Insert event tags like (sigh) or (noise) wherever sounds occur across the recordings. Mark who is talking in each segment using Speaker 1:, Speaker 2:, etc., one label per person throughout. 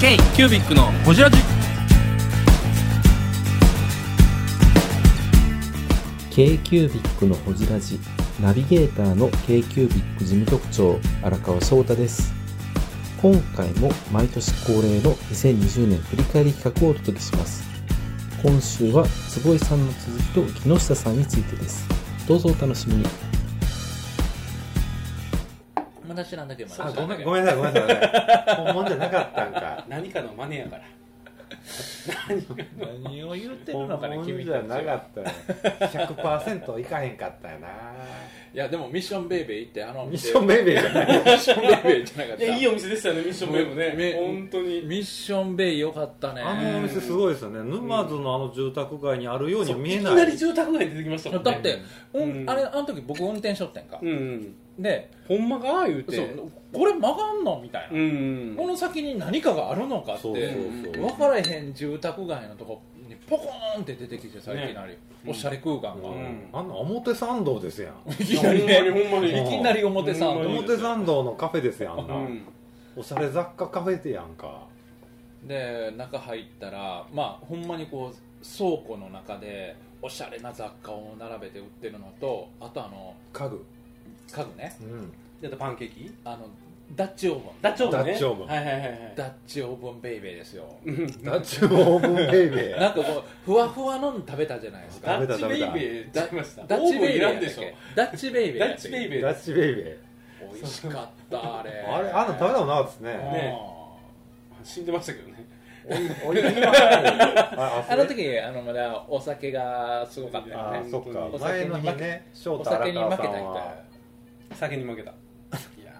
Speaker 1: K キュービックのホジラジ
Speaker 2: 京急ビックのほじラジナビゲーターの京急ビック事務局長荒川翔太です今回も毎年恒例の2020年振り返り企画をお届けします今週は坪井さんの続きと木下さんについてですどうぞお楽しみに
Speaker 3: 私なんだけど
Speaker 4: あ
Speaker 3: まだ
Speaker 4: ごめんごめんなさいごめんなさいごめんなさい本物じゃなかったんか
Speaker 5: 何かの真似やから
Speaker 3: 何を言ってる
Speaker 4: (laughs) 本
Speaker 3: のかな
Speaker 4: 物
Speaker 3: 君
Speaker 4: じゃ
Speaker 3: た
Speaker 4: な
Speaker 3: ち
Speaker 4: か
Speaker 3: は
Speaker 4: ったよ100%いかへんかったよない
Speaker 3: やでもミッションベイベー行ってあの
Speaker 4: ミッションベイベーじゃない
Speaker 3: ミッションベイベーじゃなかっ
Speaker 5: いやいい
Speaker 3: た
Speaker 5: お店でしたねミッションベイも
Speaker 3: め
Speaker 5: ね
Speaker 3: め
Speaker 5: 本当に
Speaker 3: ミッションベイよかったね
Speaker 4: あのお店すごいですよね沼津のあの住宅街にあるように見え
Speaker 5: き
Speaker 4: な
Speaker 5: ないり住宅街に出てきましたもんね
Speaker 3: だって、うん
Speaker 5: うん
Speaker 3: あれあの時僕運転しとってんか、
Speaker 5: うんうん
Speaker 3: で
Speaker 5: ほんまか言う
Speaker 3: そ
Speaker 5: て
Speaker 3: うこれ曲がんのみたいな、
Speaker 5: ん
Speaker 3: この先に何かがあるのかって
Speaker 4: そうそうそう
Speaker 3: 分からへん住宅街のとこにポコーンって出てきてさいきなり、おしゃれ空間が、
Speaker 5: ん
Speaker 4: あんな表参道ですやん
Speaker 3: いきなりね
Speaker 5: ほんまにほんまに
Speaker 3: いきなり表参
Speaker 5: ほんまに
Speaker 3: 道
Speaker 4: 表参道のカフェですやん
Speaker 5: う
Speaker 4: な、
Speaker 5: ん
Speaker 4: おしゃれ雑貨カフェでやんか
Speaker 3: で中入ったらまあほんまにこう倉庫の中でおしゃれな雑貨を並べて売ってるのとあとあの
Speaker 4: 家具
Speaker 3: 家具ね
Speaker 4: うん
Speaker 5: やったパンケーキ
Speaker 3: あのダッチオーブン
Speaker 5: ダッチョウブンね
Speaker 4: ダッチョウブン
Speaker 5: はいはいはいはい
Speaker 3: ダッチオーブンベイベーですよ
Speaker 5: うん
Speaker 4: ダッチオーブンベイベ
Speaker 3: なんかこうふわふわの食べたじゃないですか
Speaker 4: 食
Speaker 5: ダ
Speaker 4: べた
Speaker 5: ッチベイベー
Speaker 3: ダ
Speaker 5: 食べました
Speaker 3: ダッチベイベ
Speaker 5: オーブンいら
Speaker 3: ー
Speaker 5: ん
Speaker 3: や
Speaker 5: で
Speaker 3: っ
Speaker 5: した
Speaker 3: っ
Speaker 5: ょ
Speaker 3: けダッチベイベー
Speaker 5: ダ
Speaker 3: やった
Speaker 5: ッ
Speaker 3: っ
Speaker 5: チ
Speaker 3: け
Speaker 5: ベイベ
Speaker 4: ー
Speaker 5: ー
Speaker 4: ダッチベイベー
Speaker 3: 美味しかったあれ
Speaker 4: あれあんな食べたことなかったですね
Speaker 5: ね
Speaker 3: う
Speaker 5: 死んでましたけどね
Speaker 4: おいおいあ
Speaker 3: んあの時あのまだお酒がすごかったよ
Speaker 4: あ
Speaker 3: ね
Speaker 4: そっか
Speaker 3: お酒
Speaker 4: 前
Speaker 3: に
Speaker 4: の
Speaker 3: 負け
Speaker 4: 日ね翔
Speaker 3: お
Speaker 4: 太荒
Speaker 3: 酒に負
Speaker 4: 川
Speaker 3: け
Speaker 4: さ
Speaker 3: たみた
Speaker 4: ん
Speaker 3: い
Speaker 4: は
Speaker 5: 酒に負けたい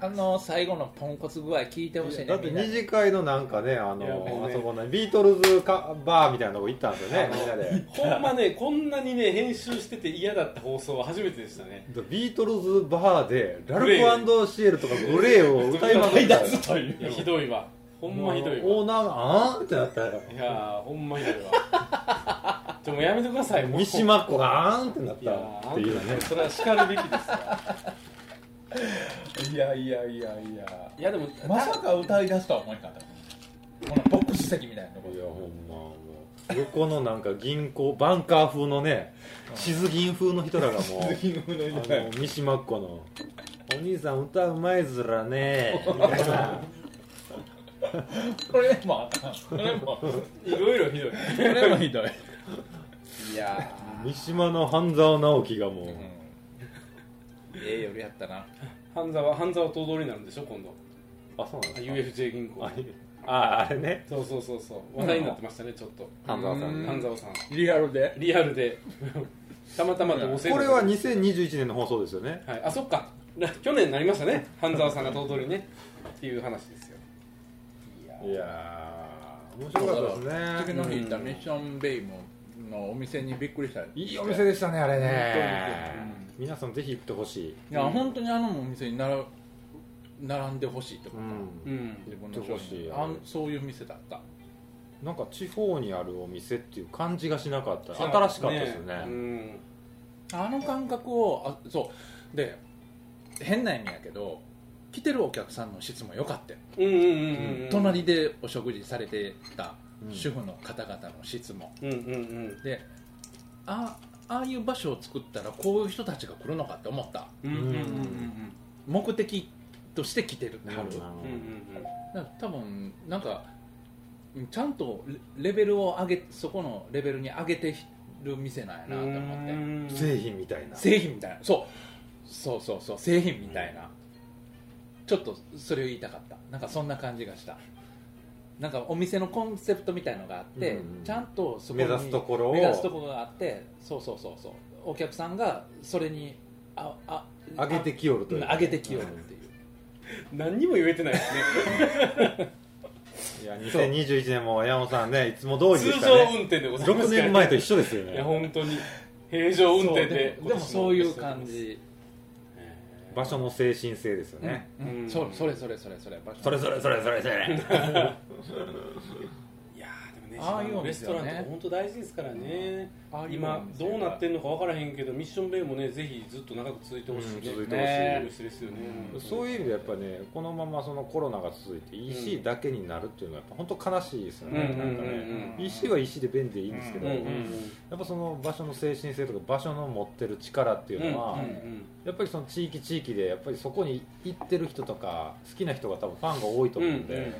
Speaker 3: あ
Speaker 5: や
Speaker 3: の最後のポンコツ具合聞いてほしいね
Speaker 4: だって
Speaker 3: みんな
Speaker 4: 二次会のなんかねあ
Speaker 5: いやも
Speaker 4: の
Speaker 5: う
Speaker 4: あ
Speaker 5: ね
Speaker 4: そこねビートルズかバーみたいなとこ行ったんですよねみんなで
Speaker 5: ほんまねこんなにね編集してて嫌だった放送は初めてでしたね
Speaker 4: ビートルズバーでラルクシエルとかグレーを歌いまくったよ
Speaker 5: というひどいわほんまひどいわ
Speaker 4: オーナーがあーんってなったよ
Speaker 5: いやーほんまひどいわでもやめてくださいもう
Speaker 4: 三島っ子があーんってなっ
Speaker 5: いや
Speaker 4: た
Speaker 5: ー
Speaker 4: っていうね
Speaker 5: それは叱るべきですよ
Speaker 3: いやいやいやいや
Speaker 5: いやでも
Speaker 3: まさか歌い出すとは思いなかったこのボックス席みたいなとこ
Speaker 4: い
Speaker 3: で
Speaker 4: やほんまもう横のなんか銀行バンカー風のね静銀風の人らがもうあの三島っ子の「お兄さん歌うまいずらね」 (laughs) みたいな
Speaker 3: これもあかんこれもこ
Speaker 5: いろいろひどい
Speaker 3: れもひどい
Speaker 5: いや
Speaker 4: 三島の半沢直樹がもう、
Speaker 3: ええ夜やったな
Speaker 5: 半沢半沢頭取になるんでしょ今度
Speaker 4: あそうなん
Speaker 5: あ
Speaker 4: ですか
Speaker 5: UFJ 銀行
Speaker 4: あああれね
Speaker 5: そうそうそうそう話題になってましたねちょっと
Speaker 4: 半沢さん
Speaker 5: 半沢さん
Speaker 3: リアルで
Speaker 5: リアルでたまたま同性
Speaker 4: これは2021年の放送ですよね
Speaker 5: はいあそっかな去年になりましたね半沢さんが頭取ねっていう話ですよ
Speaker 4: いやー面白かったです
Speaker 3: 次
Speaker 4: ね
Speaker 3: の日行ったミッションベイものお店にびっくりしたい
Speaker 4: いいお店でしたねあれ
Speaker 3: ね
Speaker 4: ね皆さんぜひ行ってほしい、
Speaker 3: や本当にあのお店になら並んでほしいと
Speaker 4: う
Speaker 3: 思った
Speaker 4: ん
Speaker 5: う、ん
Speaker 3: 自分の商品
Speaker 4: 行ってほしい
Speaker 3: あんそういう店だった
Speaker 4: なんか地方にあるお店っていう感じがしなかった新しかったですよね
Speaker 5: うん
Speaker 3: あの感覚をあそうで変な意味やけど来てるお客さんの質も良かったよ
Speaker 5: うんうんうんうんうん
Speaker 3: 隣でお食事されてた
Speaker 4: うん
Speaker 3: 主婦の方々の質も、
Speaker 5: うんうんうん
Speaker 3: であああいう場所を作ったらこういう人たちが来るのかって思った
Speaker 5: うんうんうんうん
Speaker 3: 目的として来てる
Speaker 4: な
Speaker 3: はる
Speaker 4: るほ
Speaker 5: うんうん
Speaker 3: だから多分なんかうんちゃんとレレベルを上げそこのレベルに上げてる店なんやなと思って
Speaker 4: ど
Speaker 5: て
Speaker 4: 製品みたいな
Speaker 3: 製品みたいなそうそうそうそう製品みたいな、ちょっとそれを言いたかったなんかそんな感じがしたなんかお店のコンセプトみたいのがあって、
Speaker 4: うん
Speaker 3: ちゃんとそこに
Speaker 4: 目指すところを
Speaker 3: 目指すところがあってそうそうそうそうお客さんがそれにああ
Speaker 4: 上げてきよると
Speaker 3: う
Speaker 4: い
Speaker 3: ん
Speaker 4: う
Speaker 3: 上げてきよるっていう
Speaker 5: 何にも言えてないですね
Speaker 4: いや2021年も山本さんねいつも通りで
Speaker 5: 通
Speaker 4: した
Speaker 5: 常運
Speaker 4: ね
Speaker 5: 転でございます
Speaker 4: 6年前と一緒ですよ
Speaker 5: いや
Speaker 4: ね
Speaker 5: 本当に平常運転で
Speaker 3: そうもでもそういう感じ、
Speaker 4: 場所の精神性ですよ
Speaker 3: うん
Speaker 4: ね、
Speaker 3: うん
Speaker 5: うん
Speaker 3: そうそれそれそれそれ場所
Speaker 4: それそれそれそれそれ
Speaker 5: (laughs) いやーでもね
Speaker 3: ああいうお
Speaker 5: レ
Speaker 3: 店
Speaker 5: スト
Speaker 3: はね
Speaker 5: ランとか本当大事ですからね
Speaker 3: パーリーボー
Speaker 5: 今
Speaker 3: ルですね
Speaker 5: どうなってんのか分からへんけどミッションベイもねぜひずっと長く続いてほしいね、
Speaker 4: うん続い
Speaker 3: てほしいね
Speaker 5: 嬉しいですよね、
Speaker 3: うん
Speaker 4: そういう意味でやっぱねこのままそのコロナが続いて EC だけになるっていうのはやっぱ本当悲しいですよね、
Speaker 5: うん
Speaker 4: なんかね、
Speaker 5: うんうん
Speaker 3: うん
Speaker 4: EC は EC で便利でいいんですけ
Speaker 5: う
Speaker 4: ど、
Speaker 5: んうん
Speaker 4: やっぱその場所の精神性とか場所の持ってる力っていう
Speaker 5: うん
Speaker 4: のは、
Speaker 5: うんうん
Speaker 4: やっぱりその地域地域でやっぱりそこに行ってる人とか好きな人が多分ファンが多いと思うんで、
Speaker 5: うんうん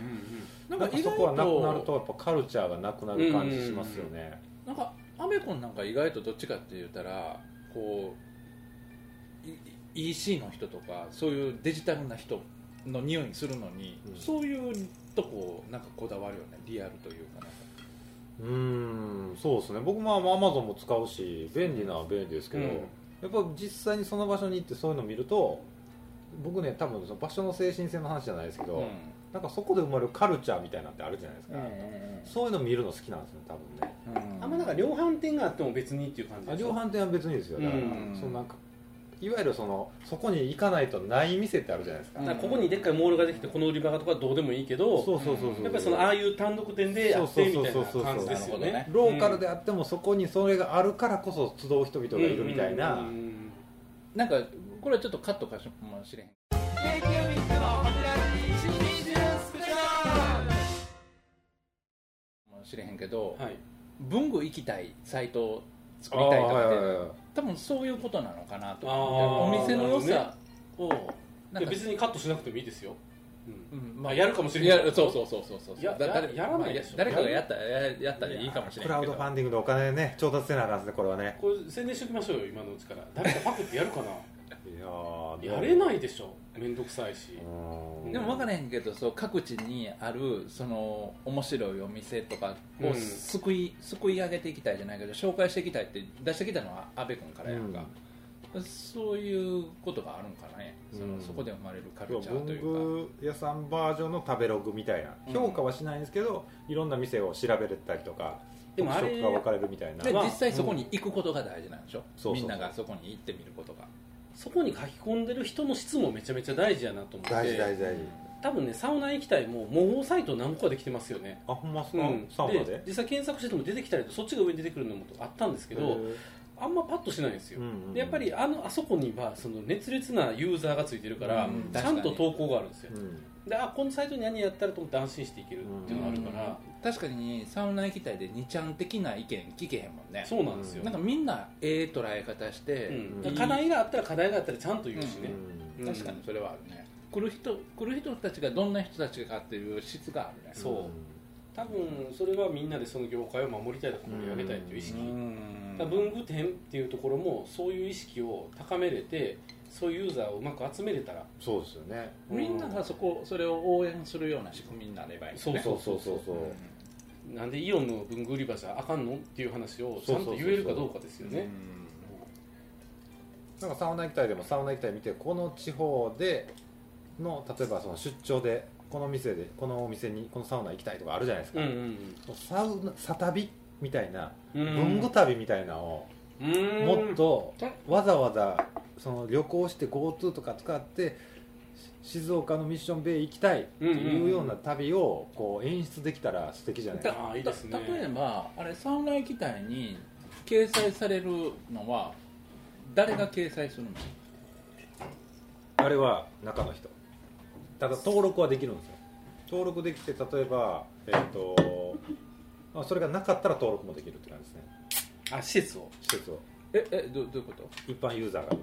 Speaker 3: なん
Speaker 4: な
Speaker 3: か
Speaker 4: んか
Speaker 3: 意
Speaker 4: そ
Speaker 3: 外
Speaker 4: こはなくなると
Speaker 3: と
Speaker 4: やっぱカルチャーがなくなる感じしますよね、
Speaker 3: なんかアメコンなんか意外とどっちかって言ったらこうい EC の人とかそういうデジタルな人の匂いするのに、
Speaker 4: うん
Speaker 3: そういうとこなんかこだわるよねリアルというかなんか
Speaker 4: うーんそうですね僕もアマゾンも使うし便利なは便利ですけど、
Speaker 5: うん
Speaker 4: やっぱ実際にその場所に行ってそういうの見ると僕ね多分その場所の精神性の話じゃないですけど、なんかそこで生まれるカルチャーみたいなのってあるじゃないですか、そういうの見るの好きなんですね多分ね
Speaker 5: あんまなんか量販店があっても別にっていう感じ
Speaker 4: あ
Speaker 5: でし
Speaker 4: 量
Speaker 5: ょ
Speaker 4: 販店は別にですよだから、
Speaker 5: うん
Speaker 4: そのなんかいわゆるそのそこに行かないとない店ってあるじゃないですか、
Speaker 3: うん
Speaker 5: だからここにでっかいモールができてこの売り場がとかどうでもいいけど
Speaker 4: そうそうそうそう
Speaker 5: やっぱりそのああいう単独店でやってみたいな感じですよね
Speaker 4: ローカルであってもそこにそれがあるからこそ集う人々がいるみたいな、
Speaker 5: うんうん
Speaker 3: なんかこれはちょっとカットかもしれへんかもしれへんけど、
Speaker 5: はい
Speaker 3: 文具行きたいサイトを作
Speaker 4: あ
Speaker 3: り
Speaker 4: あ
Speaker 3: たいと
Speaker 4: はい
Speaker 3: かっ
Speaker 4: は
Speaker 3: て、
Speaker 4: いはい
Speaker 3: 多分そういうことなのかなと
Speaker 5: あー
Speaker 3: お店の良さをなん
Speaker 5: で
Speaker 3: か、
Speaker 5: 別にカットしなくてもいいですよ、うん
Speaker 3: うん
Speaker 5: まあやるかもしれ
Speaker 3: い
Speaker 5: ない
Speaker 3: やそうそうそうそうそう
Speaker 5: いや
Speaker 3: だ誰
Speaker 5: やらないでしょ
Speaker 3: 誰かがやったややったらいいかもしれ
Speaker 4: ク
Speaker 3: ない
Speaker 4: ラウ
Speaker 3: け
Speaker 4: ド
Speaker 3: ど
Speaker 4: ファンディングでお金ね調達せなあかんですねこれはね
Speaker 5: これ宣伝しておきましょうよ今のうちから誰かパクってやるかな
Speaker 4: いやー
Speaker 5: やれないでしょ面倒くさいし
Speaker 4: うーん
Speaker 3: でも分からへんけどそう各地にあるその面白いお店とか
Speaker 5: う
Speaker 3: を
Speaker 5: ん
Speaker 3: すくい,、すくい上げていきたいじゃないけど紹介していきたいって出してきたのは阿部君からやんか、そういうことがあるんかねその、
Speaker 4: うん
Speaker 3: そこで生まれるカルチャーとい
Speaker 4: 文
Speaker 3: うか
Speaker 4: 具屋さんバージョンの食べログみたいな、
Speaker 3: うん
Speaker 4: 評価はしないんですけどいろんな店を調べれたりとか
Speaker 5: でもあれ
Speaker 4: 特色が分かれるみたいな
Speaker 3: で
Speaker 5: まあ
Speaker 3: 実際そこに行くことが大事なんでしょ、
Speaker 4: そうそう
Speaker 3: みんながそこに行ってみることが
Speaker 5: そこに書き込んでる人の質もめちゃめちゃ大事やなと思って
Speaker 4: 大事大事大事、
Speaker 5: 多分ねサウナ液体も模倣サイト何個かできてますよね
Speaker 4: あほんまっす
Speaker 5: う
Speaker 4: か、
Speaker 5: ん
Speaker 4: サウナで
Speaker 5: 実際検索してても出てきたりとそっちが上に出てくるのもあったんですけ
Speaker 4: へ
Speaker 5: ど
Speaker 4: ー
Speaker 5: あんまパッとしないんですよ、
Speaker 4: うんうんうん
Speaker 5: でやっぱりあのあそこにはその熱烈なユーザーがついてるから、
Speaker 3: うん
Speaker 5: ちゃんと投稿があるんですよ、
Speaker 4: うん
Speaker 5: であこのサイトに何やったらと思って安心していけるっていうのがあるから、
Speaker 3: 確かにサウナ行きたいで2ちゃん的な意見聞けへんもんね
Speaker 5: そうなんですよ、
Speaker 3: なんかみんなええ捉え方して、
Speaker 5: うん
Speaker 3: いい
Speaker 5: 課題があったら課題があったらちゃんと言うしね、
Speaker 4: うん
Speaker 5: うん
Speaker 3: 確かにそれはあるね、来る人来る人たちがどんな人たちかっていう質があるね
Speaker 5: そう多分それはみんなでその業界を守りたいとか盛り上げたいっていう意識、
Speaker 3: ん
Speaker 5: だから文具店っていうところもそういう意識を高めれてそういうユーザーをうまく集めれたら
Speaker 4: そうですよね
Speaker 3: みんながそこそれを応援するような仕組みになればいいね
Speaker 5: そう
Speaker 4: そうそうそうそう、
Speaker 5: なんでイオンの文具売り場じゃあかんのっていう話をちゃんと言えるかどうかですよね
Speaker 4: なんかサウナ行きたいでもサウナ行きたい見てこの地方での例えばその出張でこの店でこのお店にこのサウナ行きたいとかあるじゃないです
Speaker 5: う
Speaker 4: か、
Speaker 5: ん
Speaker 4: サウナサ旅みたいな
Speaker 5: うんうん
Speaker 4: 文具旅みたいなのを
Speaker 5: うん
Speaker 4: もっと
Speaker 3: うん
Speaker 4: わざわざその旅行して GoTo とか使ってし静岡のミッションベイ行きたいっていうような旅をこう演出できたら素敵じゃないですか、
Speaker 5: ああいいですね
Speaker 3: た例えばあれサウナ行きたいに掲載されるのは誰が掲載するの
Speaker 4: あれは中の人ただ登録はできるんですよ登録できて例えばえっ、とあそれがなかったら登録もできるって感じですね
Speaker 5: あ施設を
Speaker 4: 施設を
Speaker 3: ええどどういうこと
Speaker 4: 一般ユーザーが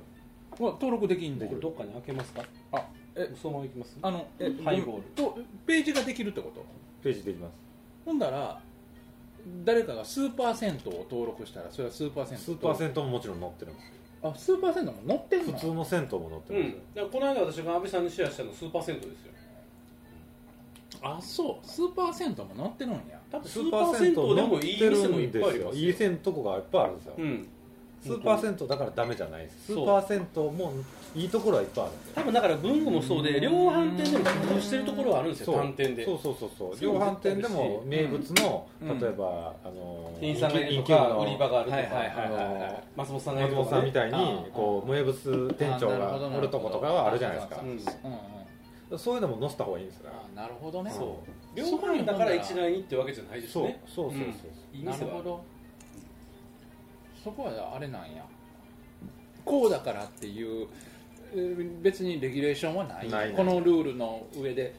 Speaker 3: うわ登録できんの
Speaker 5: これどっかに開けますか
Speaker 3: あえ
Speaker 5: そのまま行きます
Speaker 3: あのえ
Speaker 5: ハイボール
Speaker 3: とページができるってこと
Speaker 4: ページできます
Speaker 3: ほんだら誰かがスーパー銭湯を登録したらそれはスーパー銭湯
Speaker 4: スーパー
Speaker 3: 湯
Speaker 4: 銭湯ももちろん載ってるんです
Speaker 3: あスーパー銭湯も載ってん
Speaker 4: よ
Speaker 3: の
Speaker 4: 普通の銭湯も載って
Speaker 5: う
Speaker 4: るん
Speaker 5: ん
Speaker 4: ですよ、
Speaker 5: だからこの間私が安倍さんにシェアしたのスーパー銭湯ですよ
Speaker 3: あそうスーパー銭湯も載ってるんや
Speaker 5: 多分スーパー銭湯でもいい店もいっぱいあります
Speaker 4: いい銭湯とこがいっぱいあるんですよ、
Speaker 5: うん
Speaker 4: スーパー銭湯だからダメじゃないですス
Speaker 5: そ
Speaker 4: ー
Speaker 5: う
Speaker 4: パー銭湯もいいところはいっぱいあるんですよ
Speaker 5: 多分だから文具もそうで量販店でも工夫してるところはあるんですよ単店で
Speaker 4: そうそうそうそう
Speaker 5: そう
Speaker 4: 量販店でも名物の、
Speaker 3: うん
Speaker 4: 例えばあの
Speaker 5: 店員さんがいると
Speaker 4: インキューブ
Speaker 5: か
Speaker 4: の
Speaker 5: 売り場があるとか、
Speaker 3: はいはいはいはいはい
Speaker 4: あの
Speaker 5: 松本さんがい
Speaker 4: 松
Speaker 5: ると
Speaker 4: 本
Speaker 5: か、
Speaker 4: さんみ
Speaker 5: ね、
Speaker 4: たい
Speaker 3: あー
Speaker 4: にこう名物店長
Speaker 3: あーなるほどな
Speaker 4: がおるとことかはあるじゃないですか
Speaker 3: そうそうそううんうん
Speaker 4: そういうのも載せた方がいいんですよ
Speaker 3: あなるほどね
Speaker 4: そ
Speaker 5: 量販だから一概にってわけじゃないです
Speaker 4: そう
Speaker 5: ね
Speaker 4: そうそうそう
Speaker 5: いい
Speaker 3: な
Speaker 5: 店
Speaker 3: る
Speaker 5: は
Speaker 3: ほどそこはあれなんやこうだからっていうえー別にレギュレーションはない
Speaker 4: ないない
Speaker 3: このルールの上で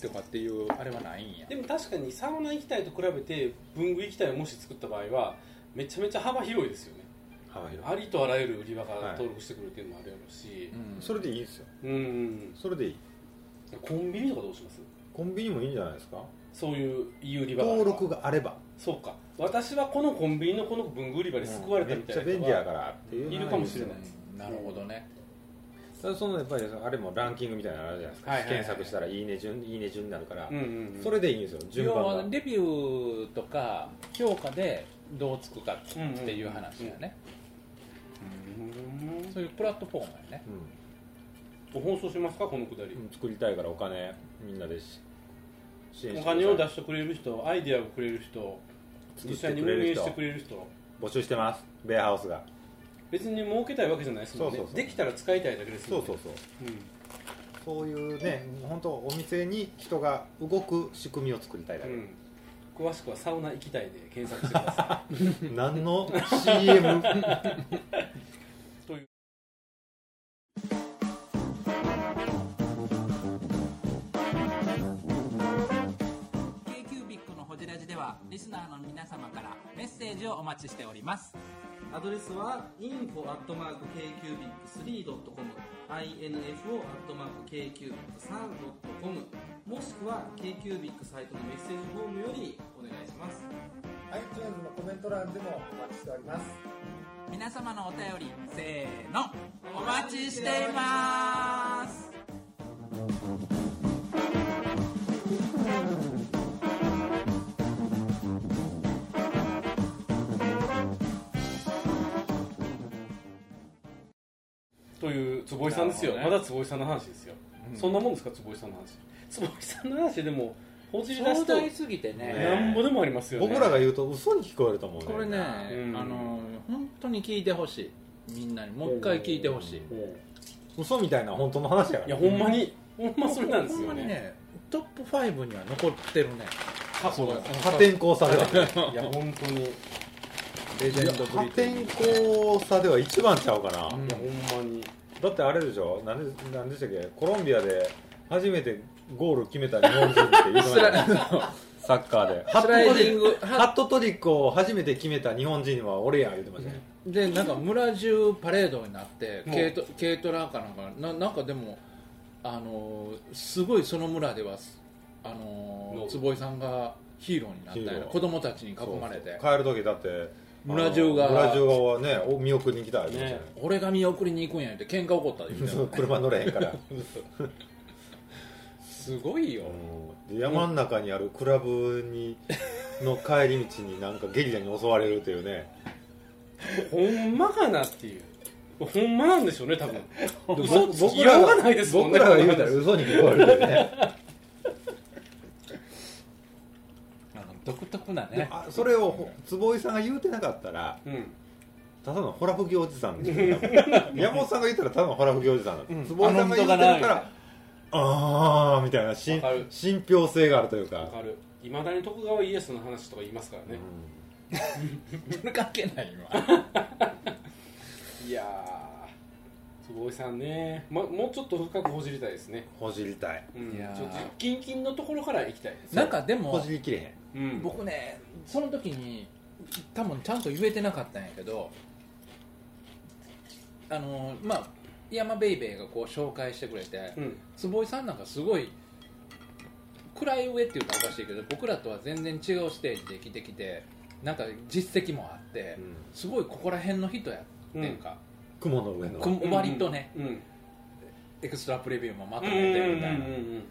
Speaker 3: とかっていうあれはないんや
Speaker 5: でも確かにサウナ行きたいと比べて文具行きたいをもし作った場合はめちゃめちゃ幅広いですよね
Speaker 4: はい
Speaker 5: ありとあらゆる売り場から
Speaker 4: はい
Speaker 5: 登録してくるっていうのもあるやろうし、
Speaker 3: うん
Speaker 4: それでいいですよ
Speaker 5: うん
Speaker 4: それでいい
Speaker 5: コンビニとかどうします
Speaker 4: コンビニもいいんじゃないですか
Speaker 5: そういういい売り場があれ
Speaker 4: 登
Speaker 5: ば
Speaker 4: 録があれば
Speaker 5: そうか私はこのコンビニのこの文具売り場に救われたみたいな
Speaker 4: めっちゃ
Speaker 5: 人
Speaker 4: 便利やか
Speaker 5: が
Speaker 4: らっていうのはい
Speaker 5: るかもしれない
Speaker 3: うんなるほどね
Speaker 4: ただそのやっぱりあれもランキングみたいなのあるじゃないですか、
Speaker 5: はいはいはい
Speaker 4: 検索したらいいね順いいね順になるから、
Speaker 5: うんうんうん
Speaker 4: それでいいんですよ順
Speaker 3: 要
Speaker 4: 番
Speaker 3: は
Speaker 4: が
Speaker 3: レビューとか評価でどうつくかっていう話だね、
Speaker 5: うん
Speaker 3: そういうプラットフォームやね
Speaker 4: う
Speaker 5: 放送しますかこのくだり
Speaker 4: ん、うん作りたいからお金みんなでし支援してく
Speaker 5: お
Speaker 4: ださい
Speaker 5: 金を出してくれる人アイデアをくれる人
Speaker 4: 作っ
Speaker 5: 実
Speaker 4: て
Speaker 5: 際に
Speaker 4: く
Speaker 5: 運
Speaker 4: れ
Speaker 5: 営
Speaker 4: る
Speaker 5: し
Speaker 4: 人
Speaker 5: てくれる人
Speaker 4: 募集してますベアハウスが
Speaker 5: 別に儲けたいわけじゃないですもんね
Speaker 4: そうそうそう
Speaker 5: できたら使いたいだけです
Speaker 4: そ
Speaker 5: もん
Speaker 4: うそ
Speaker 5: ね
Speaker 4: うそうそ
Speaker 5: うん
Speaker 4: ういうね本当お店に人が動く仕組みを作りたいだ
Speaker 5: う
Speaker 4: け、
Speaker 5: ん、詳しくはサウナ行きたいで検索してくださ
Speaker 4: 何の
Speaker 3: (laughs)
Speaker 4: CM
Speaker 5: いという
Speaker 1: ケイキュービックのホジラジではリスナーの皆様からメッセージをお待ちしております。
Speaker 6: アドレスは info.kcubic3.com info.kcubic3.com もしくは KQBIC サイトのメッセージフォームよりお願いします
Speaker 7: iTunes のコメント欄でもお待ちしております
Speaker 1: 皆様のお便り、せーの、お待ちしています。
Speaker 5: (laughs) という坪井さんですよ、
Speaker 3: なるほどね
Speaker 5: まだ坪井さんの話ですよ、
Speaker 3: うん
Speaker 5: そんなもんですか坪井さんの話坪井さんの話でもほじり出
Speaker 3: 壮
Speaker 5: すと
Speaker 3: 大すぎてね
Speaker 4: ね
Speaker 5: なんぼでもありますよね
Speaker 4: 僕らが言うと嘘に聞こえると思う
Speaker 3: これね、
Speaker 5: うん
Speaker 3: あの本当に聞いてほしいみんなにもう一回聞いてほしい
Speaker 5: おう
Speaker 4: 嘘みたいな本当の話やか
Speaker 5: い
Speaker 4: ら
Speaker 5: やほんまに、ほんまそれなんです
Speaker 3: ほ
Speaker 5: よ
Speaker 3: んまに
Speaker 5: ね
Speaker 3: ねトップ5には残ってるね
Speaker 5: 過去が
Speaker 4: 破天荒さでは
Speaker 5: いや本当にい
Speaker 3: レジ
Speaker 4: い
Speaker 3: ェ
Speaker 4: や
Speaker 3: ンド
Speaker 4: 破
Speaker 3: ブリテ
Speaker 4: 天
Speaker 3: ン
Speaker 4: 荒さでは一番ちゃうかな、
Speaker 3: うん
Speaker 5: やほんまに
Speaker 4: だってあれでしょなんでなんでしたっけコロンビアで初めてゴール決めた日本人って
Speaker 3: (laughs)
Speaker 4: 言う
Speaker 3: ス
Speaker 4: と
Speaker 3: ラ
Speaker 4: サッカーでハ
Speaker 3: ス
Speaker 4: ットト
Speaker 3: ライ
Speaker 4: リ
Speaker 3: ディン
Speaker 4: ッ
Speaker 3: グ
Speaker 4: クハットトリックを初めて決めた日本人は俺や言うてましたね
Speaker 3: でなんか村中パレードになって
Speaker 5: うん
Speaker 3: 軽ト軽トラかなんかななんかでもあのーすごいその村ではあのー
Speaker 5: どう
Speaker 3: 坪井さんがヒーローになった
Speaker 4: ヒ
Speaker 3: よ
Speaker 4: ー
Speaker 3: ね
Speaker 4: ロー
Speaker 3: 子供たちに囲まれ
Speaker 4: そう
Speaker 3: て
Speaker 4: そう帰る時だって
Speaker 3: 村中が
Speaker 4: あの村中側はねお見送りに来た言うてましたね
Speaker 3: 俺が見送りに行くんやって喧嘩起こったで言うてた
Speaker 4: そう車乗れへん
Speaker 5: (laughs)
Speaker 4: から
Speaker 3: すごいよ
Speaker 4: で山の中にあるクラブにの帰り道になんかゲリラに襲われるというね
Speaker 5: ほんまかなっていうほんまなんでしょうね多分嘘つき
Speaker 4: 僕
Speaker 5: よ
Speaker 4: ら
Speaker 5: うがないですもんね
Speaker 4: 僕らが言うたら嘘に聞こえるよね
Speaker 3: なんか独特な
Speaker 4: で
Speaker 3: ね
Speaker 4: あそれをほ坪井さんが言うてなかったら
Speaker 5: うん
Speaker 4: ただのほら吹きおじさんです
Speaker 5: (laughs)
Speaker 4: よ多分山本さんが言ったらただのほら吹きおじさんだ、
Speaker 5: うん
Speaker 4: 坪井さんが言ってる
Speaker 5: あの人
Speaker 4: か
Speaker 5: がな
Speaker 4: らあーみたいなし
Speaker 5: わかる
Speaker 4: 信憑性があるというか
Speaker 5: わかるいまだに徳川家康の話とか言いますからね、
Speaker 3: それ関係ない今
Speaker 4: (laughs)
Speaker 5: いやー坪井さんね、ま、もうちょっと深くほじりたいですね
Speaker 4: ほじりたい
Speaker 5: うん
Speaker 3: いやー
Speaker 5: ちょっとキンキンのところから行きたいです
Speaker 3: なんかで
Speaker 4: ほ
Speaker 3: も
Speaker 4: じりきれへん
Speaker 5: うん
Speaker 3: 僕ねその時に多分ちゃんと言えてなかったんやけどあのまあ山ベイベーがこう紹介してくれて、
Speaker 5: うん
Speaker 3: 坪井さんなんかすごい暗い上っていうかおかしいけど僕らとは全然違うステージで生きてきてなんか実績もあって、すごいここら辺の人やっていうか、
Speaker 4: 雲の上の
Speaker 3: く割とね、
Speaker 5: うんうん
Speaker 3: エクストラプレビューもまと
Speaker 5: うん
Speaker 3: め
Speaker 5: うん
Speaker 3: てみたいな、
Speaker 5: うん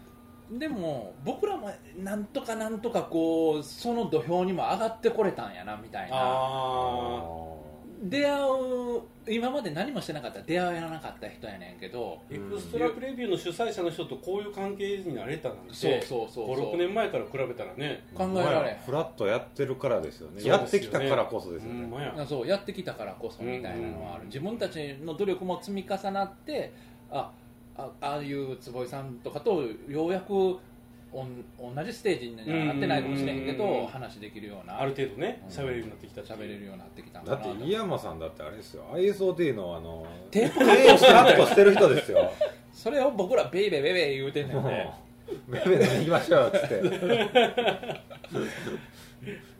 Speaker 5: うん
Speaker 3: でも僕らもなんとかなんとかこうその土俵にも上がってこれたんやなみたいな
Speaker 5: あ
Speaker 3: 出会う今まで何もしてなかったら出会えなかった人やねんけど
Speaker 5: ーエクストラプレビューの主催者の人とこういう関係になれたなんて
Speaker 3: そうそうそうそう
Speaker 5: 56年前から比べたらね
Speaker 3: 考えられへん
Speaker 4: フラットやってるからですよね
Speaker 5: そうですよね
Speaker 4: やってきたからこそですよね、
Speaker 5: ほんまや
Speaker 3: そうやってきたからこそみたいなのはある、
Speaker 5: うん
Speaker 3: 自分たちの努力も積み重なってああああいう坪井さんとかとようやくおん同じステージにはなってないかもしれへんけ
Speaker 5: うんうんうんう
Speaker 3: ど
Speaker 5: ん
Speaker 3: 話できるような
Speaker 5: ある程度ね
Speaker 3: うん
Speaker 5: 喋れるようになってきたし
Speaker 3: 喋れるようになってきたんか
Speaker 4: だ
Speaker 3: な
Speaker 4: っ
Speaker 3: と
Speaker 4: て飯山さんだってあれですよ ISOD のあの
Speaker 3: テープ
Speaker 4: カットしてる人
Speaker 3: (laughs)
Speaker 4: ですよ
Speaker 3: それを僕らベイベイベイベイ言うて
Speaker 5: (laughs)
Speaker 3: んねん
Speaker 4: も
Speaker 3: ね
Speaker 4: うベイベイ飲みましょうっつって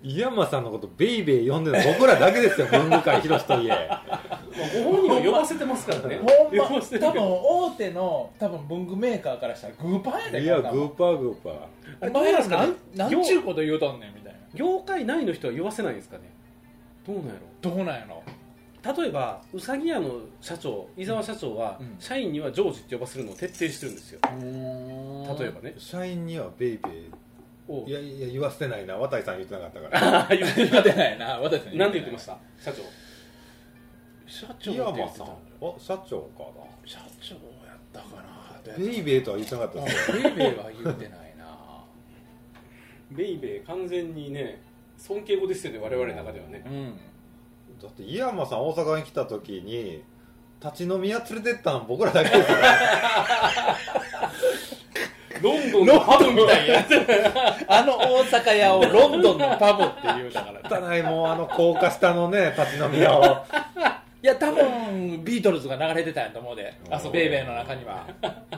Speaker 4: 井山さんのことベイベイ呼んでるの僕らだけですよ文具会広しといえ
Speaker 3: (laughs)
Speaker 5: まあご本人は呼ばせてますからね
Speaker 3: ほんま
Speaker 5: (laughs) 呼ばせてる
Speaker 3: 多分大手の多分文具メーカーからしたらグーパンやで
Speaker 4: いや
Speaker 3: こん
Speaker 4: グ
Speaker 3: なん
Speaker 4: ーパーグーパー
Speaker 3: お前ら
Speaker 5: あ
Speaker 3: な
Speaker 5: れ
Speaker 3: んなんちゅうこと言うとんねんみたいな
Speaker 5: 業界内の人は呼ばせないんですかねどうなんやろ
Speaker 3: どうなんやろ
Speaker 5: 例えばうさぎ屋の社長伊沢社長は、
Speaker 3: うん
Speaker 5: 社員にはジョージって呼ばせるのを徹底してるんですよ例えばね
Speaker 4: 社員にはベイベ
Speaker 5: お
Speaker 4: イいやいや言わせてないな渡井さん言ってなかったから
Speaker 5: あー言って
Speaker 3: 言ってないな私たちに
Speaker 5: なんて言ってましたた社長社
Speaker 4: 井
Speaker 5: 長って言
Speaker 4: 山
Speaker 5: って
Speaker 4: さ
Speaker 5: た
Speaker 4: ん
Speaker 5: のよ
Speaker 4: あ社長か
Speaker 3: 社長やったかなって
Speaker 4: なベイベイとは言ってなかったですよ
Speaker 3: あベイベイは言うてないな
Speaker 5: ベイベイ完全にね尊敬語ですよね我々の中ではね
Speaker 3: うん
Speaker 4: だって井山さん大阪に来た時
Speaker 5: (laughs)
Speaker 4: に立ち飲み屋連れてったの僕らだけですよ
Speaker 5: ロンドンのハブみたいや
Speaker 3: (laughs) あの大阪屋をロンドンのパブって言うだから
Speaker 4: 汚いもうあの高架下のね立ち飲み屋を
Speaker 3: いや多分ビートルズが流れてたんやと思うで
Speaker 4: うん
Speaker 3: あそうベイベイの中に (laughs) は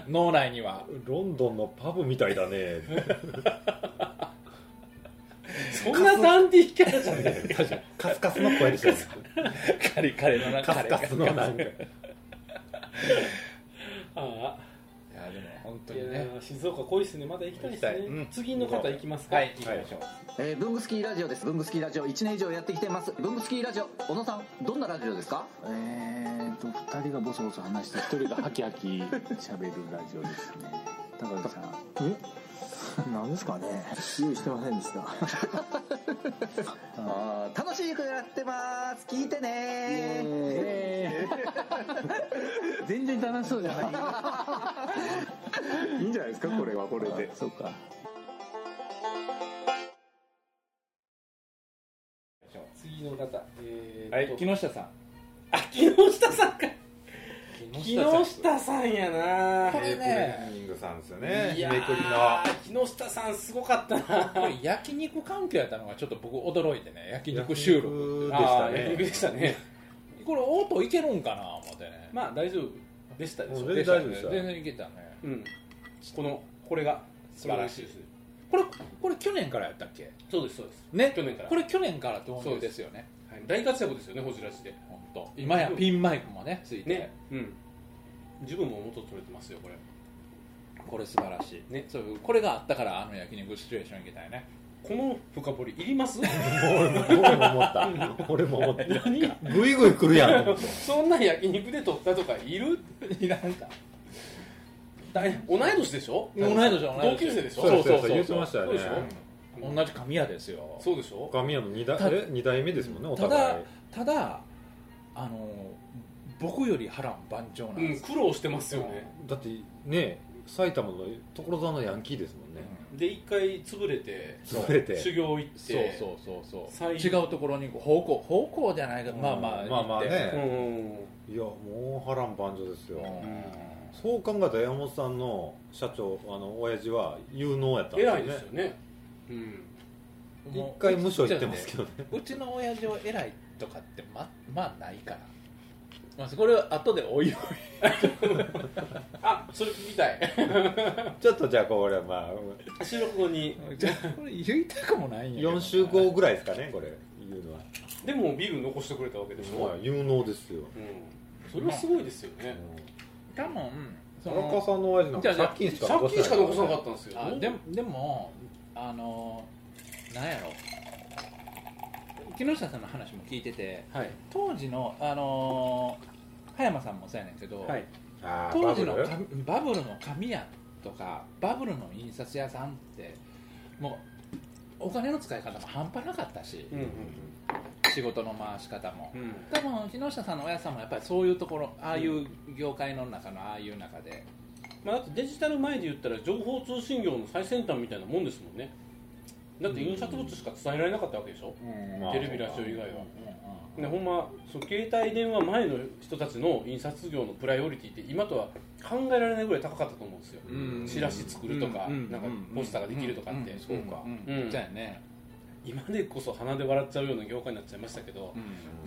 Speaker 3: 脳内には
Speaker 4: ロンドンのパブみたいだね
Speaker 5: そんなダンディーキャラじゃない
Speaker 4: カスカスの声でしょ
Speaker 3: カリカリの中
Speaker 4: カスカスのなんか
Speaker 5: あ
Speaker 3: いやでも本当
Speaker 5: あいや
Speaker 3: にね
Speaker 5: ー静岡恋っすねまだ行きたいです
Speaker 3: 行きたい
Speaker 5: ね、
Speaker 4: うん
Speaker 5: 次の方行きますか
Speaker 3: はい行きましょう、
Speaker 8: えー、ブングスキーラジオです。ブングスキーラジオ1年以上やってきてます。ブングスキーラジオ、小野さん、どんなラジオですか
Speaker 9: えーと2人がボソボソ話して1人がハキハキ喋るラジオですね高橋さんえなんですかね用意してませんで (laughs) した
Speaker 8: あー楽しい曲やってます。聞いてねー。
Speaker 9: 全然楽しそうじゃ (laughs) ないいいんじゃないですかこれはこれでそうか
Speaker 5: 次の方えー
Speaker 3: は
Speaker 5: っと
Speaker 3: い木下さん
Speaker 5: あ木下さんか木
Speaker 3: さん
Speaker 5: 下さんやな
Speaker 3: これね
Speaker 4: レーニングさんですよね
Speaker 5: いや
Speaker 4: めくりの
Speaker 5: ー木下さんすごかったな
Speaker 3: これ焼肉環境やったのがちょっと僕驚いてね焼肉収録
Speaker 4: でした
Speaker 5: あー
Speaker 4: ね
Speaker 5: 焼肉でしたね
Speaker 3: これオートいけるんかな思ってね
Speaker 5: まあ大丈夫でしたでしょ
Speaker 4: うん全然大丈夫でした
Speaker 3: 全然いけたね
Speaker 5: うんこのこれが素
Speaker 3: 晴ら
Speaker 5: しいです
Speaker 3: これこれ去年からやったっけ
Speaker 5: そうですそうです
Speaker 3: ね
Speaker 5: 去年から
Speaker 3: これ去年からってことですよね
Speaker 5: はい大活躍ですよねホジラジで
Speaker 3: 本当今やピンマイクもねついて、
Speaker 5: ねうん自分も元取れてますよこれ
Speaker 3: これ素晴らしい、ね、そうこれがあったからあの焼肉シチュエーションいけたよね
Speaker 5: この深掘りいります (laughs)
Speaker 4: 俺も思った俺も思った
Speaker 5: 何
Speaker 4: グイグイ来るやんと思って
Speaker 5: そんな焼肉で取ったとか (laughs) いる
Speaker 3: いらんか
Speaker 5: 同い年でしょ
Speaker 3: 同い年同い年
Speaker 5: 同級生でしょ
Speaker 4: そうそうそう
Speaker 5: そ
Speaker 4: 言
Speaker 5: う
Speaker 4: ってましたよ
Speaker 5: そうでしょ
Speaker 4: ね
Speaker 5: うん
Speaker 3: 同じ神谷ですよ
Speaker 5: そうでしょ
Speaker 4: 神谷の二代
Speaker 3: た
Speaker 4: え二代目ですもんねお
Speaker 3: ただ
Speaker 4: 互い
Speaker 3: ただあの僕より波乱万丈なん
Speaker 5: う
Speaker 3: で
Speaker 5: ん
Speaker 3: す、
Speaker 5: 苦労してますよね
Speaker 4: だってね埼玉の所沢のヤンキーですもんね
Speaker 5: で一回潰れて
Speaker 4: 潰れて
Speaker 5: 修行行っ
Speaker 3: そう
Speaker 5: て
Speaker 3: そうそうそう
Speaker 5: 最
Speaker 3: 違うところにこう方向方向じゃないけどまあまあ
Speaker 4: まあまあ
Speaker 3: 行って
Speaker 4: ね
Speaker 5: うん
Speaker 4: いやもう波乱万丈ですよ
Speaker 3: うん
Speaker 4: そう考えたら山本さんの社長あの親父は有能やったん
Speaker 5: 偉いですよねうん
Speaker 4: 一回無償言ってますけどね
Speaker 3: うちの親父は偉いとかってままあないから、まあ、これは後でおいおい
Speaker 5: あそれ聞きたい
Speaker 4: ちょっとじゃあこれまあ
Speaker 5: (laughs) 収録後に
Speaker 3: (laughs) これ言いたくもないんやけどな
Speaker 4: 4週後ぐらいですかねこれ言うのは
Speaker 5: でもビール残してくれたわけでしょ、
Speaker 4: まあ有能ですよ
Speaker 5: うん、それはすごいですよね、
Speaker 3: 多分そ
Speaker 4: 田
Speaker 3: の
Speaker 4: 中さんの親父なんか
Speaker 3: じゃあ
Speaker 4: 借金しか
Speaker 5: 借金しか残さなか
Speaker 4: っ
Speaker 5: ったんですよ
Speaker 3: あでもでもあのなんやろ木下さんの話も聞いてて
Speaker 5: はい
Speaker 3: 当時のあの葉山さんもそうやねんけど、
Speaker 5: はい
Speaker 4: た
Speaker 3: 当時の
Speaker 4: バブル
Speaker 3: 紙バブルの紙屋とかバブルの印刷屋さんってもうお金の使い方も半端なかったし、
Speaker 5: うんうん
Speaker 3: 仕事の回し方も
Speaker 5: うんうん
Speaker 3: 多分木下さんの親さんもやっぱりそういうところああいう業界の中のああいう中で、
Speaker 5: まあ、だってデジタル前で言ったら情報通信業の最先端みたいなもんですもんねだって印刷物しか伝えられなかったわけでしょ、
Speaker 4: まあ
Speaker 5: テレビラジオ以外は、でほんまそう携帯電話前の人たちの印刷業のプライオリティって今とは考えられないぐらい高かったと思うんですよ、
Speaker 3: うん
Speaker 5: チラシ作るとか、
Speaker 3: うん
Speaker 5: なんかポスターができるとかって、
Speaker 3: そうか
Speaker 5: うん
Speaker 3: そうやね
Speaker 5: 今でこそ鼻で笑っちゃうような業界になっちゃいましたけど、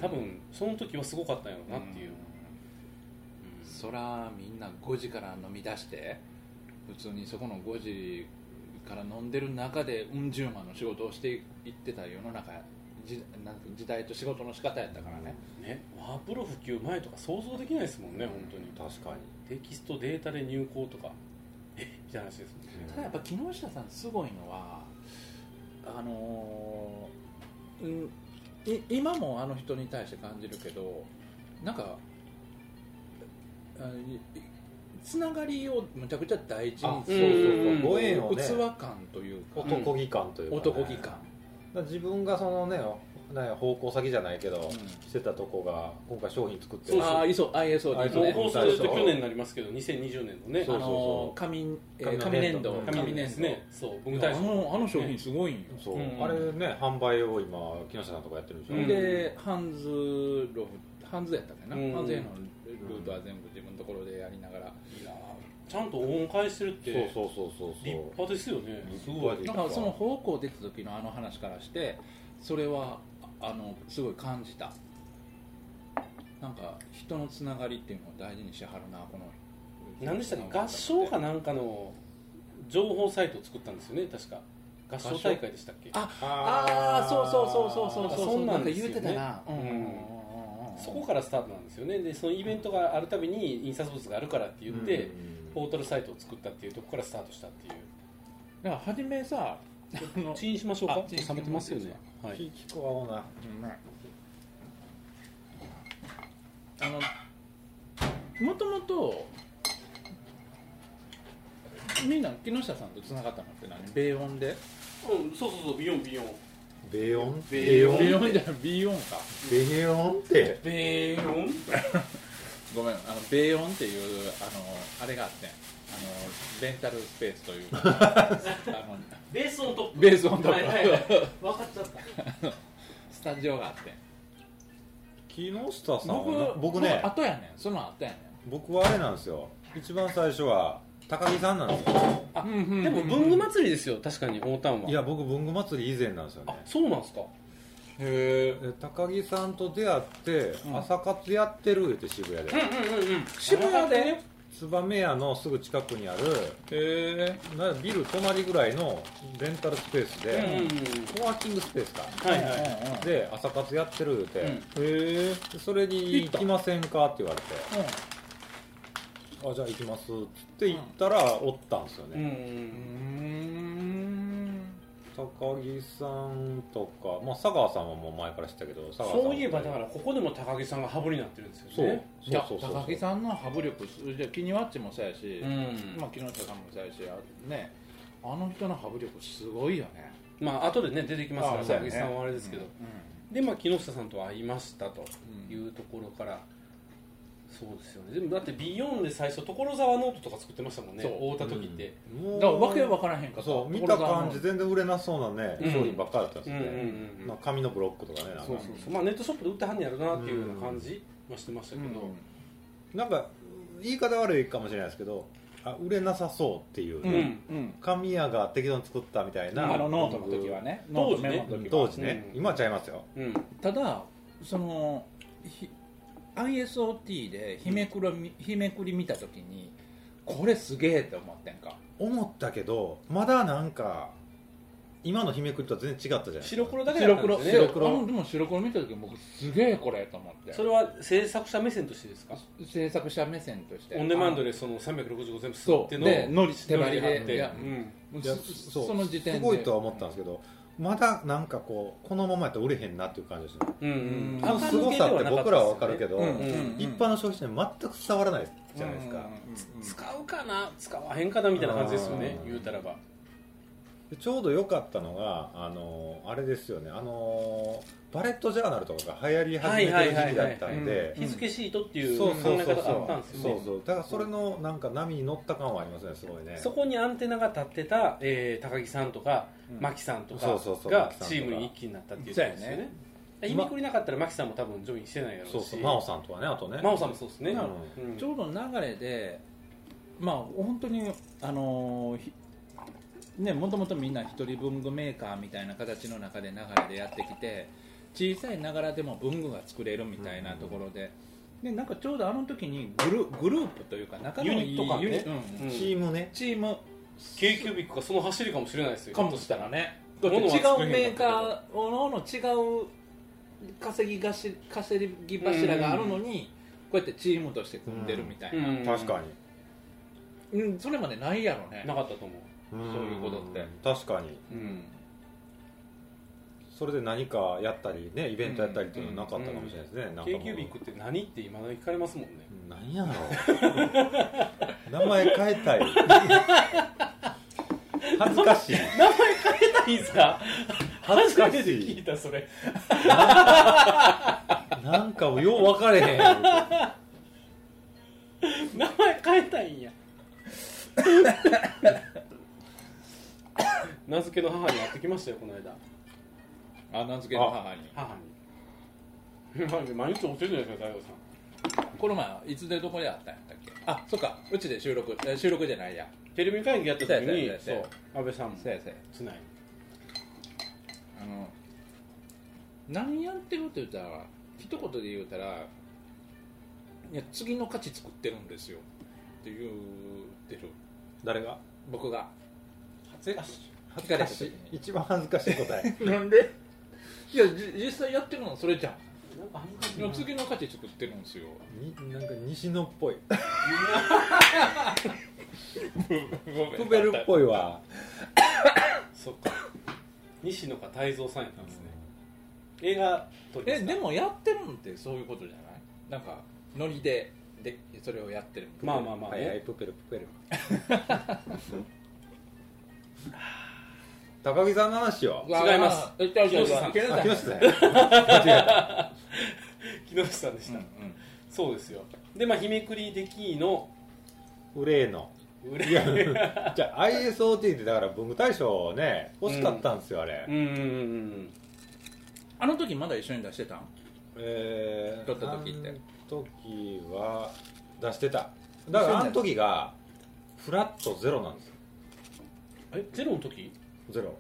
Speaker 5: 多分その時はすごかったんやろうなっていう、
Speaker 3: そらみんな5時から飲み出して普通にそこの5時から飲んでる中でうん十万の仕事をしていってた世の中時なんか時代と仕事の仕方やったからね、
Speaker 5: ね、ワープロ普及前とか想像できないですもんね本当に確かにテキストデータで入稿とかえみたいな話ですもんね
Speaker 3: ただやっぱ木下さんすごいのはあのーうん、い今もあの人に対して感じるけどなんかあいいつながりをむちゃくちゃ大事に
Speaker 4: あ
Speaker 3: す
Speaker 4: そう
Speaker 3: る
Speaker 4: そう
Speaker 5: うん
Speaker 4: そうご縁をね
Speaker 3: 器感というか
Speaker 4: 男気感というか、ね、
Speaker 3: 男気感、
Speaker 4: だから自分がそのねね方向先じゃないけど、
Speaker 3: ん
Speaker 4: してたとこが今回商品作って
Speaker 5: そう
Speaker 3: ああ ISO ISO
Speaker 4: あ
Speaker 3: です
Speaker 5: もう
Speaker 3: ね
Speaker 4: ね
Speaker 5: 放送で言うと去年になりますけど2020年のね
Speaker 4: そう
Speaker 3: あ
Speaker 4: そう
Speaker 3: のー紙えー紙
Speaker 4: 紙
Speaker 3: 粘
Speaker 4: 粘
Speaker 3: 土
Speaker 4: 土
Speaker 5: 紙で
Speaker 4: 粘
Speaker 5: す
Speaker 4: 土
Speaker 5: ねそう僕
Speaker 3: いや
Speaker 5: 大
Speaker 3: あ
Speaker 5: 好
Speaker 3: のあの商品すごいんよ
Speaker 4: そう、
Speaker 5: うん
Speaker 4: あれね販売を今木下さんとかやってるでしょ、
Speaker 5: うん
Speaker 3: でハンズロフハンズやったかな、
Speaker 5: うん
Speaker 3: ハンズへのルートは全部自分のところでやりながら、
Speaker 5: きいなちゃんと恩返してるって
Speaker 4: そうそうそうそう
Speaker 5: 立
Speaker 4: そう
Speaker 5: 派ですよねす
Speaker 4: 立
Speaker 5: ご
Speaker 4: 派
Speaker 5: い
Speaker 4: で
Speaker 3: だからその方向出た時のあの話からしてそれはああのすごい感じたなんか人のつながりっていうのを大事にしてはるなこの
Speaker 5: 何でしたっけ合唱かなんかの情報サイトを作ったんですよね確か合唱大会でしたっけ
Speaker 3: あああそうそうそうそうそうそう
Speaker 5: そんなん
Speaker 3: か
Speaker 5: です
Speaker 3: 言
Speaker 5: よ
Speaker 3: う
Speaker 5: ね
Speaker 3: てたな
Speaker 5: うん
Speaker 3: うん
Speaker 5: そこからスタートなんですよねでそのイベントがあるたびに印刷物があるからって言って、ポータルサイトを作ったっていうとこからスタートしたっていう
Speaker 3: だから初めさあの
Speaker 5: チンしましょうか
Speaker 3: あチンして
Speaker 5: 冷めてますよねは
Speaker 4: 気
Speaker 5: い
Speaker 4: 気候合うな
Speaker 3: あのもともとみんな木下さんとつながったのって何米音で
Speaker 5: うんそうそうそうビヨンビヨン
Speaker 4: ベヨン
Speaker 5: ベ
Speaker 4: ベヨン
Speaker 3: 米音じゃないビヨンか
Speaker 4: ベヨンって
Speaker 5: ベヨン
Speaker 3: ごめんあの米音っていうあのあれがあってんあのレンタルスペースというか
Speaker 4: (laughs)
Speaker 3: あの
Speaker 5: ベースオントップ
Speaker 3: ベース音とか、
Speaker 5: 分かっちゃった
Speaker 3: (laughs) スタジオがあってん
Speaker 4: 木下さんは僕ね
Speaker 3: その後やねんその後やねん
Speaker 4: 僕はあれなんですよ一番最初は高木さんなんですよ
Speaker 5: あでも文具祭りですよ確かに大田んはい
Speaker 4: や僕文具祭り以前なんですよ
Speaker 5: あ
Speaker 4: ね
Speaker 5: そうなんですかへ
Speaker 4: で高木さんと出会って、朝活やってるって渋谷で、
Speaker 5: うんうんうん
Speaker 3: 渋谷で
Speaker 4: 燕屋のすぐ近くにある
Speaker 3: へ
Speaker 4: なビル隣ぐらいのレンタルスペースで、
Speaker 5: うんうんうん
Speaker 4: コワーキングスペースか、
Speaker 5: はいはい
Speaker 4: で朝活やってる言うて、でそれに
Speaker 3: 行っ
Speaker 4: 行
Speaker 3: た
Speaker 4: きませんかって言われてあじゃあ行きますっつって行ったら、おったんですよ
Speaker 5: うんう
Speaker 4: ね、
Speaker 5: ん
Speaker 4: 高木さんとか、まあ、佐川さんはもう前から知ったけど佐川さん
Speaker 5: そういえばだからここでも高木さんがハブになってるんです
Speaker 4: そ
Speaker 5: よ
Speaker 4: う
Speaker 5: ね
Speaker 3: いや
Speaker 4: そうそうそう
Speaker 3: 高木さんのハブ力じゃキニワッチもそうやし、
Speaker 5: ん
Speaker 3: まあ、木下さんもそうやしあねあの人のハブ力すごいよね
Speaker 5: まあ後でね出てきますから
Speaker 4: あそう
Speaker 5: 高
Speaker 4: ね
Speaker 5: 木さんはあれですけど、でまあ木下さんとは会いましたというところから、そうですよねでもだってビヨンで最初所沢ノートとか作ってましたもんね
Speaker 3: そう
Speaker 5: 会うた時って、
Speaker 4: も
Speaker 3: だからわけわからへんかった
Speaker 4: そう見た感じ全然売れなそうなね、
Speaker 5: うん
Speaker 4: 商品ばっかりだったんですよね、
Speaker 5: うんうんうんうん
Speaker 4: なんか紙のブロックとかねなんか
Speaker 5: そうそうそうまあネットショップで売ってはんねやろなっていうような感じはしてましたけど、
Speaker 4: なんか言い方悪いかもしれないですけどあ売れなさそうっていう、
Speaker 5: うん
Speaker 3: うん
Speaker 4: 神谷が適当に作ったみたいな
Speaker 3: あのノートの時はねノートメモ
Speaker 4: う
Speaker 3: の
Speaker 4: ん
Speaker 3: 時
Speaker 4: 当
Speaker 3: は
Speaker 4: 時ね、
Speaker 5: うん
Speaker 4: 今はちゃいますよ
Speaker 5: うん
Speaker 3: ただそのひ ISOT で日めくりみ日めくり見た時にこれすげえって思ってんか
Speaker 4: 思ったけどまだなんか今の日めくりとは全然違ったじゃないですか
Speaker 5: 白黒だけだ
Speaker 3: 白
Speaker 5: ったんで
Speaker 3: 黒
Speaker 5: すね
Speaker 3: 白
Speaker 4: 黒
Speaker 3: 黒あのでも白黒見た時僕すげえこれと思って
Speaker 5: それは制作者目線としてですか
Speaker 3: 制作者目線として
Speaker 5: オンデマンドでその365全部吸
Speaker 3: そ
Speaker 5: っ
Speaker 3: う
Speaker 5: ての
Speaker 3: でノリ手
Speaker 5: 手
Speaker 3: 張
Speaker 5: 張
Speaker 3: り
Speaker 5: り
Speaker 3: で
Speaker 5: でって
Speaker 3: いや
Speaker 5: うん
Speaker 3: もう
Speaker 4: いや
Speaker 3: す
Speaker 4: そう
Speaker 3: その時点です
Speaker 4: ごいとは思ったんですけどまだなんかこうこのままやったら売れへんなっていう感じですね
Speaker 5: うんうん
Speaker 4: そのすごさって僕らは分かるけど、
Speaker 3: うんうんうん
Speaker 4: 一般の消費者に全く伝わらないじゃないですか、
Speaker 3: うんうんうん
Speaker 5: 使うかな使わへんかなみたいな感じですよね
Speaker 4: うん
Speaker 5: 言うたらば
Speaker 4: でちょうど良かったのがあのあれですよねあのバレットジャーナルとかが流行り始めてる時期だったんで
Speaker 5: 日付シートって
Speaker 4: そ
Speaker 5: いうう
Speaker 4: そうそう
Speaker 5: 考え
Speaker 4: そう
Speaker 5: 方あったんですよ
Speaker 4: そう
Speaker 5: ね
Speaker 4: そうだからそれのなんか波に乗った感はありますねすごいね
Speaker 5: そこにアンテナが立ってた、えー高木さんとか
Speaker 4: うん
Speaker 5: 牧さんとか
Speaker 4: そうそうそう
Speaker 5: が
Speaker 4: 牧さんとか
Speaker 5: チームに一気になったっていうことですよ
Speaker 3: そうや
Speaker 5: ね
Speaker 3: ね
Speaker 5: ひみくりなかったら牧さんも多分ジョインしてないやろうし
Speaker 4: そうそう真央さんとかねあとね
Speaker 5: 真央さんもそうですね、
Speaker 4: うん
Speaker 5: うん
Speaker 3: ちょうど流れで、まあ、本当に、あのーひね、もともとみんな一人文具メーカーみたいな形の中で流れでやってきて小さいながらでも文具が作れるみたいなところで,、でなんかちょうどあの時にグルグループというか仲のいい
Speaker 5: ユニット感ね
Speaker 3: ユニうん
Speaker 5: うん
Speaker 4: チームね
Speaker 3: チーム
Speaker 5: K キュービックがその走りかもしれないですよ
Speaker 3: かもしたらねだって
Speaker 5: 物
Speaker 3: 違
Speaker 5: は作
Speaker 3: う
Speaker 5: れへんかったけど
Speaker 3: メーカーおのおの違う稼ぎがし稼ぎ柱があるのに、こうやってチームとして組んでるみたいな、
Speaker 5: うん
Speaker 4: 確かに
Speaker 3: うん、それまでないやろね
Speaker 5: なかったと思う
Speaker 4: そう
Speaker 3: そういうことって
Speaker 4: 確かに
Speaker 5: うん
Speaker 4: それで何かやったりねイベントやったりっていうのはなかったかもしれないですね、なんかも
Speaker 5: k
Speaker 4: う
Speaker 5: キュービックって何って今の聞かれますもんね
Speaker 4: なんやろ名前変えた (laughs) い恥ずかしい
Speaker 5: いいですか
Speaker 4: 恥ずか
Speaker 5: 初めて聞
Speaker 4: し
Speaker 5: いたそれ
Speaker 4: いなんかもうよう分かれへん
Speaker 5: 名前変えたいん (laughs) や名付けの母に会ってきましたよこの間
Speaker 3: あ名付けの母に
Speaker 5: 母に (laughs) 毎日おってるじゃないですか大悟さん
Speaker 3: この前いつでどこで会ったんやったっけあそっかうちで収録え収録じゃないや
Speaker 5: テレビ会議やった時に
Speaker 3: そ
Speaker 5: そうう
Speaker 3: や
Speaker 5: 安倍さんも
Speaker 3: そうやそうや
Speaker 5: つない
Speaker 3: あの何やってるって言ったら一言で言うたらいや次の価値作ってるんですよって言ってる
Speaker 4: 誰が
Speaker 3: 僕が
Speaker 5: 恥ずかしい
Speaker 4: 恥ずかしい一番恥ずかしい答え
Speaker 3: なんでいやじ実際やってるのはそれじゃん
Speaker 5: なんか恥ずかしい
Speaker 3: いや次の価値作ってるんですよ
Speaker 4: になんか西野っぽいプベルっぽいわ
Speaker 5: そっか西野か泰造さんやったんですね映画撮りま
Speaker 3: え
Speaker 5: した
Speaker 3: でもやってるのってそういうことじゃないなんかノリででそれをやってるみたいな
Speaker 5: まあまあまあ
Speaker 4: はいはい
Speaker 5: ね
Speaker 4: プペルプペル (laughs) 高木さんの話よ
Speaker 5: 違います
Speaker 3: 違う違う違う
Speaker 5: 木下さん
Speaker 3: 木下さん
Speaker 4: あ来ましたね間違えた
Speaker 5: 木下さんでし
Speaker 3: うん
Speaker 5: た
Speaker 3: うん
Speaker 5: そうですよでまあ日めくりできーの
Speaker 4: 憂いの
Speaker 5: 売
Speaker 4: いや (laughs)
Speaker 5: れ
Speaker 4: じゃあ ISOT ってだから文具大賞ね欲しかったんですよあれ、
Speaker 5: うんうんうん
Speaker 3: あの時まだ一緒に出してたん
Speaker 4: えー、
Speaker 3: 取った時って
Speaker 4: あの時は出してただからあの時がフラットゼロなんですよ
Speaker 5: えゼロの時
Speaker 4: ゼロ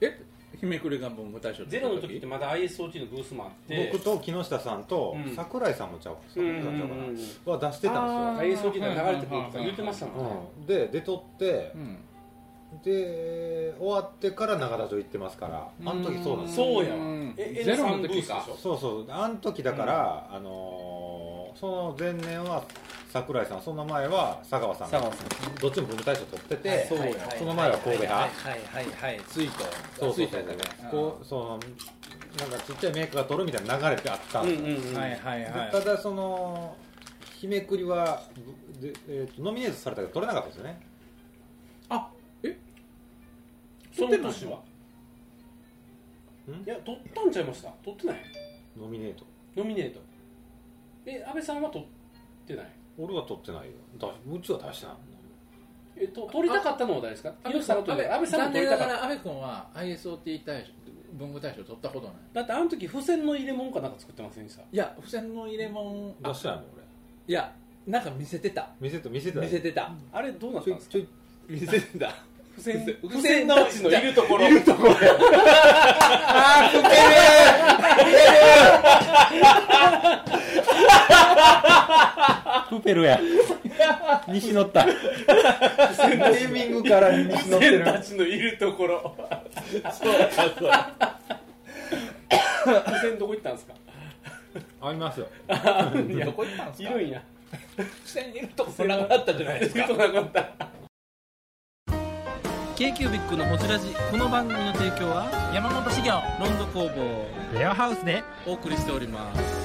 Speaker 3: え日めくりが文具大賞
Speaker 5: ゼロの時ってまだ ISOT のブースもあって
Speaker 4: 僕と木下さんと
Speaker 5: うん
Speaker 4: 桜井さんもちゃう
Speaker 5: うん
Speaker 4: 桜井
Speaker 5: う
Speaker 4: さんちゃうか
Speaker 5: んうん
Speaker 4: なは出してたんですよ
Speaker 5: ISOT の流れてくるとか言ってましたもんね
Speaker 4: うん、で出とって
Speaker 3: う、ん
Speaker 4: で終わってから長田城行ってますからあの時そうなんですよ
Speaker 5: そうやわ
Speaker 3: うん
Speaker 5: え
Speaker 3: ゼロの時
Speaker 5: N3 ブースでしょ
Speaker 4: そうそうあの時だから、あのーその前年は桜井さんその前は佐川さんが
Speaker 5: さん
Speaker 4: どっちも文具大賞取ってて
Speaker 3: で
Speaker 4: そ
Speaker 3: はい
Speaker 4: の前は神戸
Speaker 3: はい
Speaker 4: 派
Speaker 3: はいはいはいツイート
Speaker 4: そ
Speaker 3: ツ
Speaker 4: うそ
Speaker 3: イ
Speaker 4: う
Speaker 3: ート
Speaker 4: そう
Speaker 3: やったね
Speaker 4: こうそのなんかちっちゃいメーカーが取るみたいな流れってあったん
Speaker 5: うん
Speaker 4: ですよ、
Speaker 5: うんうん
Speaker 3: はいはい
Speaker 4: で
Speaker 3: はい
Speaker 4: ただその日めくりはで、えーとノミネートされたけど取れなかったですよね
Speaker 3: あ
Speaker 5: その年は
Speaker 4: ん
Speaker 5: いや取ったんちゃいました取ってない
Speaker 4: ノミネート
Speaker 5: ノミネートえ安倍さんは取ってない
Speaker 4: 俺は取ってないよだうちは出したん
Speaker 5: えと取りたかったのは誰ですか
Speaker 3: 安
Speaker 5: 木
Speaker 3: 倍
Speaker 5: 下
Speaker 3: さ
Speaker 5: さ
Speaker 3: ん
Speaker 5: んは取りた
Speaker 3: 安倍
Speaker 5: 安倍さん
Speaker 3: さん
Speaker 5: も
Speaker 3: 残念
Speaker 5: 取り
Speaker 3: な
Speaker 5: た
Speaker 3: が
Speaker 5: かった
Speaker 3: ら安倍君は ISOT 大賞文具大賞取ったことない
Speaker 5: だってあの時付箋の入れ物かなんか作ってませんでした
Speaker 3: いや付箋の入れ物
Speaker 4: だ出したんやもん俺
Speaker 3: いやなんか見せてた
Speaker 4: 見せて見せて
Speaker 3: 見せてた
Speaker 5: あれどうなっ
Speaker 4: ち
Speaker 5: た
Speaker 4: ょ
Speaker 5: ん
Speaker 4: い
Speaker 5: ですか
Speaker 4: ちょい
Speaker 3: 見せてた
Speaker 5: 付箋
Speaker 3: 付箋
Speaker 5: 付箋たちのいるところいるところ
Speaker 4: プペルや西乗ったネーミングから西乗
Speaker 5: 付箋たちのいるところ付箋どこ行ったんですか
Speaker 4: 合いますよ
Speaker 5: いや
Speaker 3: どこ行ったんです
Speaker 5: い
Speaker 3: か
Speaker 5: るんや
Speaker 3: 付箋いるとこなくなったじゃないですか
Speaker 5: 言うとなかった
Speaker 1: k q b i c のホジラジこの番組の提供は山本資源ロンド工房レアハウスでお送りしております